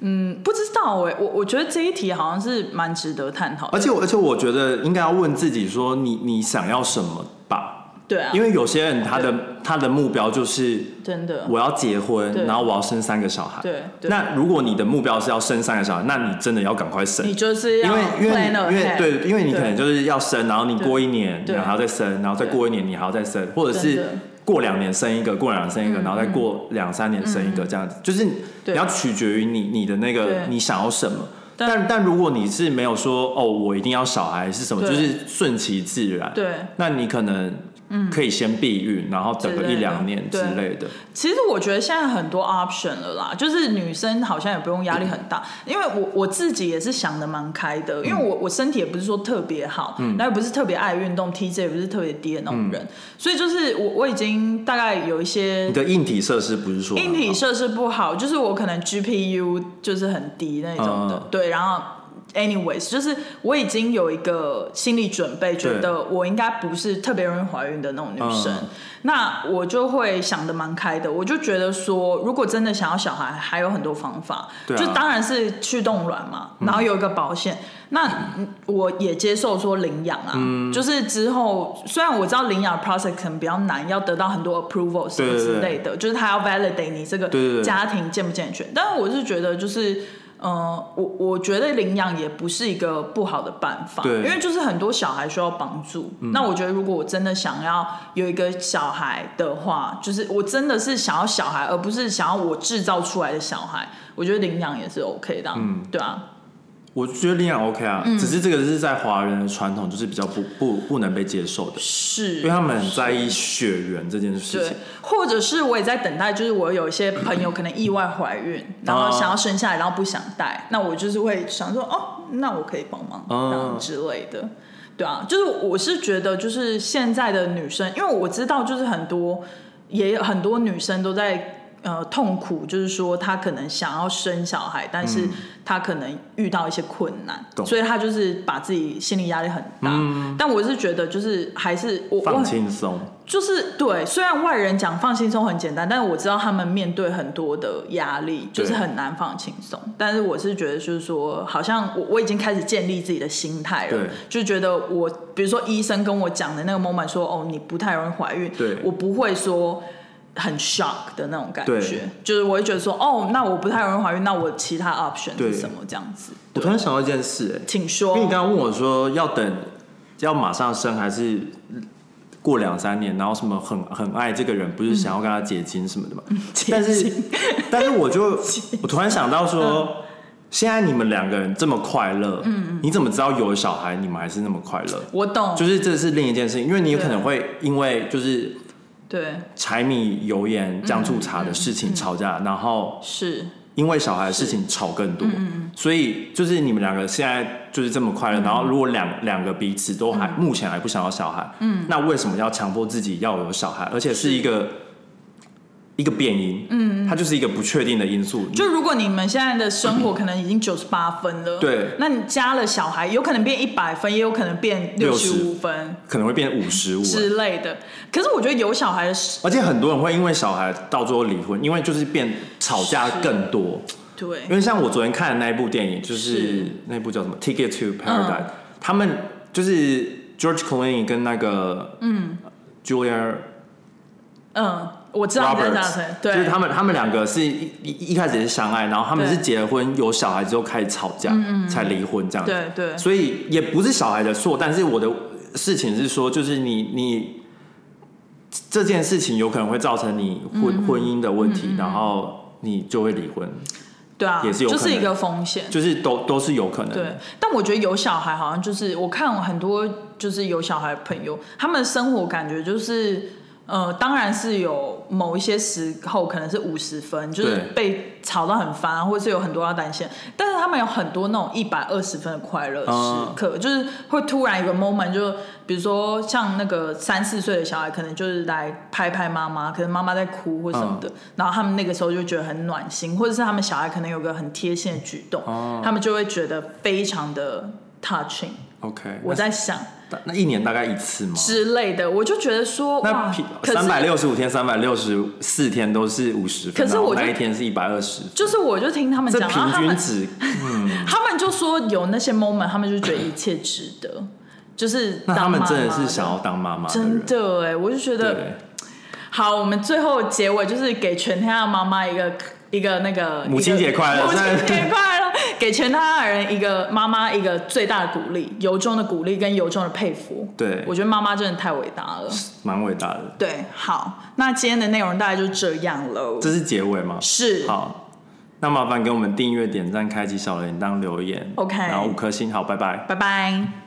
嗯，不知道哎、我我觉得这一题好像是蛮值得探讨的。而且我，而且我觉得应该要问自己说你，你想要什么吧？对啊，因为为有些人他的他的目标就是真的我要结婚，对然后我要生三个小孩。对对那如果你的目标是要生三个小孩，那你真的要赶快生你，就是要因为因为 plan 你因为 ahead 对，因为你可能就是要生，然后你过一年，你对还要再生，然后再过一年，你还要再生，或者真是的嗯过两年生一个，过两年生一个，然后再过两三年生一个，这样子，就是你对要取决于你你的那对个你想要什么。但但但如果你是没有说哦，我一定要小孩是什么，对就是顺其自然，对嗯那你可能可以先避孕，然后等个之类一的两年之对类的。其实我觉得现在很多 option 了啦，就是女生好像也不用压力很大，因为我我自己也是想的蛮开嗯的，因为我我身体也不是说特别好，然后也不是特别爱运动，T J 也不是特别低的那种人，嗯所以就是我我已经大概有一些你的硬体设施不是说很好硬体设施不好，就是我可能 GPU 就是很低那种的，嗯对，然后。Anyways，就是我已经有一个心理准备，觉得我应该不是特别容易怀孕的那种女生，嗯那我就会想的蛮开的。我就觉得说，如果真的想要小孩，还有很多方法，对啊嗯就当然是去冻卵嘛，然后有一个保险。那我也接受说领养啊，嗯就是之后虽然我知道领养 process 可能比较难，要得到很多 approval 什么对对之对类的。的，就是他要 validate 你这对对个对家庭健不健全。但是我是觉得就是。呃，我我觉得领养也不是一个不好的办法，对嗯因为就是很多小孩需要帮助。那我觉得，如果我真的想要有一个小孩的话，就是我真的是想要小孩，而不是想要我制造出来的小孩。我觉得领养也是 OK 的啊、嗯对啊，我觉得领养 OK 啊，只是这个是在华人的传统，就是比较不不不能被接受的，是，因为他们很在意血缘这件事对情。，或者是我也在等待，就是我有一些朋友可能意外怀孕，啊然后想要生下来，然后不想带，那我就是会想说，哦，那我可以帮忙，哦然后之类的。对啊，就是我是觉得，就是现在的女生，因为我知道，就是很多也有很多女生都在呃痛苦，就是说她可能想要生小孩，但是她可能遇到一些困难，嗯懂嗯所以她就是把自己心理压力很大。但我是觉得，就是还是我我放很轻松，就是对，虽然外人讲放轻松很简单，但是我知道他们面对很多的压力，对就是很难放轻松。但是我是觉得，就是说，好像我我已经开始建立自己的心态了对，就觉得我，比如说医生跟我讲的那个 moment 说，哦，你不太容易怀孕，对我不会说。很 shock 的那种感对觉，就是我会觉得说，哦，那我不太容易怀孕，那我其他 option 对是什么这样子？我突然想到一件事、哎请因说为你。刚刚问我说要等，要马上生还是过两三年，然后什么很很爱这个人，不是想要跟他结嗯亲什么的嘛？ (laughs) 但结是晶但是我就我突然想到说，现在你们两个人这么快乐，嗯，你怎么知道有了小孩你们还是那么快乐？我懂，就是这是另一件事情，因为你有可能对会因为就是对，柴米油盐酱醋茶的事情吵架，然后是因为小孩的事情吵更多，所以就是你们两个现在就是这么快乐，然后如果两两个彼此都还、目前还不想要小孩，嗯，那为什么要强迫自己要有小孩？而且是一个一个变因，嗯，它就是一个不确定的因素，就如果你们现在的生活可能已经九十八分了，对那你加了小孩，有可能变一百分，也有可能变六十五分可能会变五十五，之类的。可是我觉得有小孩的时，而且很多人会因为小孩到最后离婚，因为就是变吵架更多。对因，为像我昨天看的那一部电影，就是是嗯那部叫什么《Ticket to Paradise》，他们就是 George Clooney 跟那个嗯 Julia 嗯，我知道你在讲 Roberts，谁，就是对，他们他们两个是一一一开始是相爱，然后他们对嗯是结了婚有小孩之后开始吵架，才离婚这样子。对对所以也不是小孩的错，但是我的事情是说，就是你你这件事情有可能会造成你婚、嗯婚姻的问题，然后你就会离婚，对啊，也是有可就能是一个风险。就是都都是有可能的。对，但我觉得有小孩好像就是我看很多就是有小孩的朋友，他们的生活感觉就是呃，当然是有某一些时候可能是五十分，就是对被吵到很烦，啊或者是有很多要担心，但是他们有很多那种一百二十分的快乐嗯时刻，就是会突然有个 moment 就。比如说像那个三四岁的小孩，可能就是来拍拍妈妈，可能妈妈在哭或什么嗯的，然后他们那个时候就觉得很暖心，或者是他们小孩可能有个很贴心的举动，哦他们就会觉得非常的 touching。 OK，我在想那那一年大概一次吗？之类的，我就觉得说，那哇，可三百是六十五天、三百六十四天都是五十分，可是然后我就那一天是一百二十，就是我就听他们这讲，然后平他均们值，他们就说有那些 moment，他们就觉得一切值得，就是那他当们妈真的妈是想要当妈妈的人真，的哎、我就觉得对，好，我们最后结尾就是给全天下的妈妈一个一个那个母亲节快乐一个母虽然亲节快乐， (laughs) 给全天下的人一个妈妈一个最大的鼓励，由衷的鼓励跟由衷的佩服。对我觉得妈妈真的太伟大了。蛮伟大的。对，好，那今天的内容大概就这样喽。这是结尾吗？是好，那麻烦给我们订阅、点赞、开启小铃铛、留言 OK 然后五颗星，好，拜拜。拜拜。